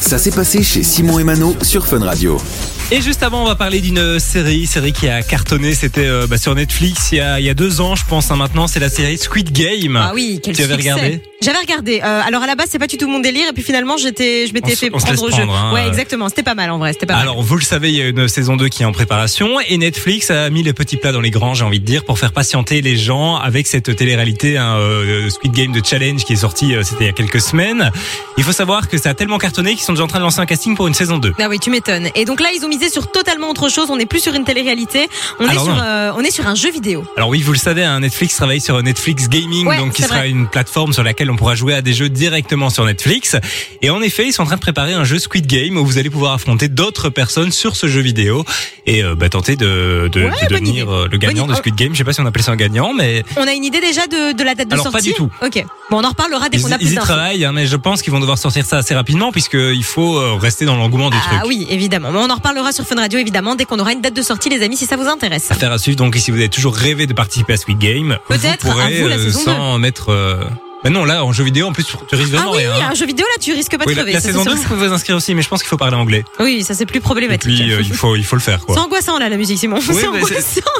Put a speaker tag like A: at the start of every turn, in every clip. A: Ça s'est passé chez Simon et Mano sur Fun Radio.
B: Et juste avant, on va parler d'une série, série qui a cartonné. C'était euh, bah, sur Netflix il y, a, il y a deux ans, je pense. hein, maintenant, c'est la série Squid Game.
C: Ah oui, quel
B: Tu avais
C: succès.
B: regardé
C: J'avais regardé. Euh, alors à la base, c'est pas du tout mon délire, et puis finalement, j'étais, je
B: On
C: m'étais
B: se-
C: fait
B: on se laisse
C: prendre au jeu.
B: prendre, hein,
C: ouais,
B: euh.
C: exactement. C'était pas mal en vrai. C'était pas mal.
B: Alors, vous le savez, il y a une saison 2 qui est en préparation et Netflix a mis les petits plats dans les grands, j'ai envie de dire, pour faire patienter les gens avec cette télé-réalité hein, euh, Squid Game de Challenge qui est sortie, euh, c'était il y a quelques semaines. Il faut savoir que ça a tellement cartonné qu'ils sont déjà en train de lancer un casting pour une saison 2.
C: Ah oui, tu m'étonnes. Et donc là, ils ont misé sur totalement autre chose. On n'est plus sur une télé-réalité. On
B: Alors
C: est
B: non.
C: sur, euh, on est sur un jeu vidéo.
B: Alors oui, vous le savez, hein, Netflix travaille sur Netflix Gaming,
C: Ouais,
B: donc qui
C: c'est
B: sera
C: vrai.
B: une plateforme sur laquelle on pourra jouer à des jeux directement sur Netflix. Et en effet, ils sont en train de préparer un jeu Squid Game où vous allez pouvoir affronter d'autres personnes sur ce jeu vidéo et euh, bah, tenter de, de,
C: Ouais,
B: de
C: bonne
B: devenir
C: idée.
B: euh, le gagnant
C: idée.
B: de Squid Game. Je sais pas si on appelle ça un gagnant, mais
C: On a une idée déjà de, de la date de
B: Alors, pas
C: sortie.
B: du tout.
C: Ok. Bon, on en reparlera dès
B: ils,
C: qu'on a
B: ils
C: plus
B: y
C: d'infos.
B: travaillent. hein, mais je pense qu'ils vont devoir sortir ça assez rapidement puisqu'il faut euh, rester dans l'engouement du truc.
C: Ah oui, évidemment. Mais on en reparlera sur Fun Radio, évidemment, dès qu'on aura une date de sortie, les amis, si ça vous intéresse.
B: Affaire à suivre. Donc, si vous avez toujours rêvé de participer à Squid Game, vous
C: Peut-être, à
B: pourrez
C: vous, la
B: euh,
C: saison
B: sans mettre. euh, bah non, là en jeu vidéo, en plus, tu risques
C: Ah
B: vraiment
C: oui,
B: rien. hein.
C: un jeu vidéo là, tu risques pas de
B: Oui, la,
C: crever.
B: la
C: ça, Eh ben, c'est
B: saison
C: sûr.
B: 2, vous pouvez vous inscrire aussi, mais je pense qu'il faut parler anglais.
C: Oui, ça c'est plus
B: Et
C: problématique.
B: puis, euh, il, faut, il faut le faire,
C: C'est
B: quoi.
C: angoissant là la musique Simon.
B: Oui,
C: c'est
B: mais c'est-
C: angoissant.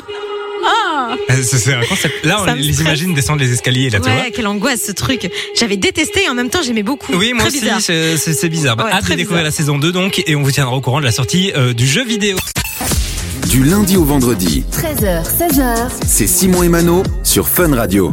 C: Ah
B: Euh, C'est c'est un concept. Là, on
C: Ça me
B: les
C: stresse.
B: imagine descendre les escaliers, là, tu vois.
C: Ouais, quelle angoisse ce truc. J'avais détesté et en même temps j'aimais beaucoup.
B: Oui, moi
C: Très
B: aussi,
C: bizarre.
B: c'est c'est- c'est bizarre. Bah,
C: Ouais,
B: hâte de
C: très
B: découvrir
C: bizarre.
B: la saison 2, donc, et on vous tiendra au courant de la sortie euh, du jeu vidéo.
A: Du lundi au vendredi,
D: 13h, 16h,
A: c'est Simon et Mano sur Fun Radio.